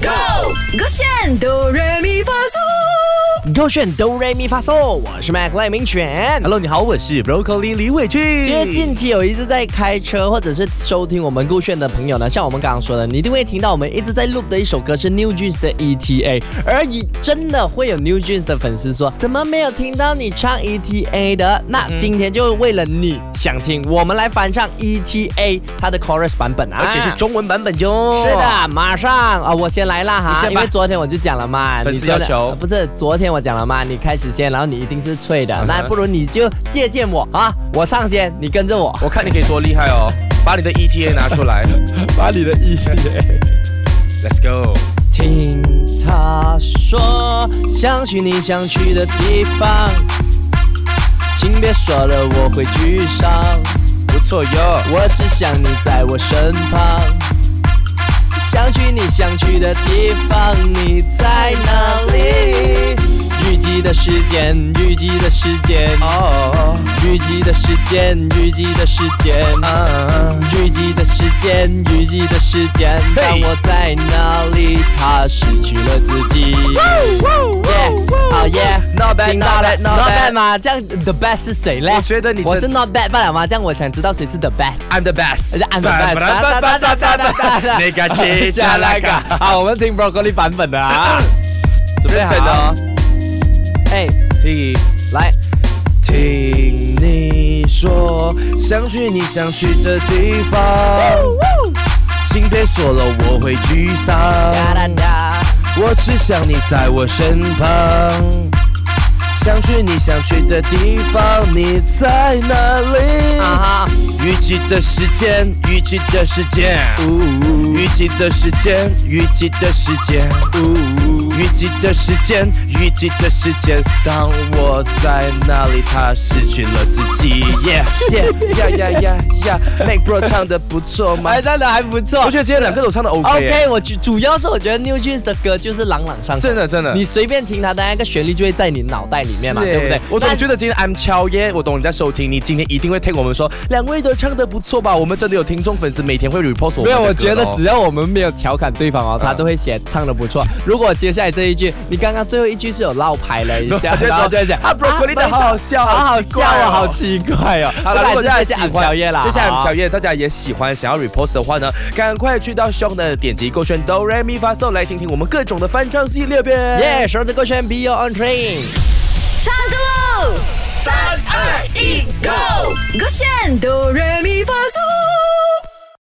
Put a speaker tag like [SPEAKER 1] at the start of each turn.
[SPEAKER 1] Go，勾选哆来咪发嗦，
[SPEAKER 2] 勾选哆瑞咪发嗦，我是麦克赖明全。
[SPEAKER 3] Hello，你好，我是 Broccoli 李伟俊。
[SPEAKER 2] 其实近期有一直在开车或者是收听我们酷炫的朋友呢，像我们刚刚说的，你一定会听到我们一直在录的一首歌是 New Jeans 的 ETA，而你真的会有 New Jeans 的粉丝说，怎么没有听到你唱 ETA 的？那今天就为了你想听，我们来翻唱 ETA 它的 chorus 版本啊，
[SPEAKER 3] 而且是中文版本哟。
[SPEAKER 2] 是的，马上啊，我先来啦
[SPEAKER 3] 哦你
[SPEAKER 2] 哈，
[SPEAKER 3] 先吧
[SPEAKER 2] 因为昨天我就讲了嘛，
[SPEAKER 3] 粉丝
[SPEAKER 2] 你昨天
[SPEAKER 3] 要求
[SPEAKER 2] 呃不是昨天我讲了嘛，你开始先，然后你一定是脆 的，那不如你就借鉴我啊，我唱先，你跟着我，
[SPEAKER 3] 我看你可以多厉害哦，把你的 ETA 拿出来
[SPEAKER 2] 把你的意思。
[SPEAKER 3] ，Let's go。
[SPEAKER 2] 听他说，想去你想去的地方，请别说了，我会沮丧，
[SPEAKER 3] 不错哟，
[SPEAKER 2] 我只想你在我身旁。想去你想去的地方，你在哪里？预计的时间，预计的时间，
[SPEAKER 3] 哦，
[SPEAKER 2] 预计的时间，预计的时间，啊
[SPEAKER 3] 嗯，
[SPEAKER 2] 预计的时间，预计的时间。
[SPEAKER 3] 嘿
[SPEAKER 2] 当我在哪里，他失去了自己。Yeah，好
[SPEAKER 3] Not bad,
[SPEAKER 2] 耶，听到
[SPEAKER 3] not
[SPEAKER 2] 了
[SPEAKER 3] bad, not
[SPEAKER 2] not
[SPEAKER 3] bad
[SPEAKER 2] bad 吗？这样 the best 是谁嘞？
[SPEAKER 3] 我觉得你
[SPEAKER 2] 我
[SPEAKER 3] 真
[SPEAKER 2] 是 not bad 罢了吗？这样我想知道谁是 the best。
[SPEAKER 3] I'm the best。
[SPEAKER 2] I'm the best
[SPEAKER 3] 那个切下那个，
[SPEAKER 2] 好，我们听 broccoli 版本的啊。
[SPEAKER 3] 准备好了。
[SPEAKER 2] 哎，
[SPEAKER 3] 听
[SPEAKER 2] 来，
[SPEAKER 3] 听你说，想去你想去的地方，请别锁了，我会沮
[SPEAKER 2] 哒哒。
[SPEAKER 3] 丧
[SPEAKER 2] 哒，
[SPEAKER 3] 我只想你在我身旁，想去你想去的地方，你在哪里？
[SPEAKER 2] 啊哈，
[SPEAKER 3] 预计的时间，预计的时间，
[SPEAKER 2] 呜，
[SPEAKER 3] 预计的时间，预计的时间，预计的时间，预计的时间。当我在那里，他失去了自己。耶耶呀呀呀呀，那 bro 唱的不错嘛
[SPEAKER 2] 哎，，真的还不
[SPEAKER 3] 我
[SPEAKER 2] 错
[SPEAKER 3] 觉。得今天两个都唱的 OK，, 耶
[SPEAKER 2] OK，我主主要是我觉得 New Jeans 的歌就是朗朗上口，
[SPEAKER 3] 真的真 的。
[SPEAKER 2] 你随便听它的那个旋律就会在你脑袋里面嘛，
[SPEAKER 3] 是
[SPEAKER 2] 对不对
[SPEAKER 3] 欸？我总
[SPEAKER 2] 但
[SPEAKER 3] 觉得今天 I'm 乔耶，我懂你在收听，你今天一定会听我们说，两位都唱的不错吧？我们真的有听众粉丝每天会 report 我们的歌嗯
[SPEAKER 2] 没有，我
[SPEAKER 3] 的
[SPEAKER 2] 觉得
[SPEAKER 3] 哦
[SPEAKER 2] 只要我们没有调侃对方哦，他都会写唱的不错。如果接下来这一句，你刚刚最后一句是有绕牌了一 下，
[SPEAKER 3] 他就会
[SPEAKER 2] 然后
[SPEAKER 3] 说
[SPEAKER 2] 就会讲
[SPEAKER 3] 啊，broccoli 的好好笑，
[SPEAKER 2] 好好
[SPEAKER 3] 好
[SPEAKER 2] 笑啊，好
[SPEAKER 3] 奇哦
[SPEAKER 2] 奇怪哦。
[SPEAKER 3] 怪哦。好了，如
[SPEAKER 2] 不
[SPEAKER 3] 果
[SPEAKER 2] 然
[SPEAKER 3] 大家
[SPEAKER 2] 就
[SPEAKER 3] 喜
[SPEAKER 2] 是按
[SPEAKER 3] 欢
[SPEAKER 2] 小叶啦，
[SPEAKER 3] 接下来
[SPEAKER 2] 好
[SPEAKER 3] 小叶大家也喜欢，想要 repost 的话呢，赶快去到 Show 的点击勾选 Do Re Mi Fa So 来听听我们各种的翻唱系列呗。
[SPEAKER 2] 耶，手指勾选 Be Your Own Train。
[SPEAKER 1] 唱歌喽！三二一，Go，勾选哆来咪发嗦。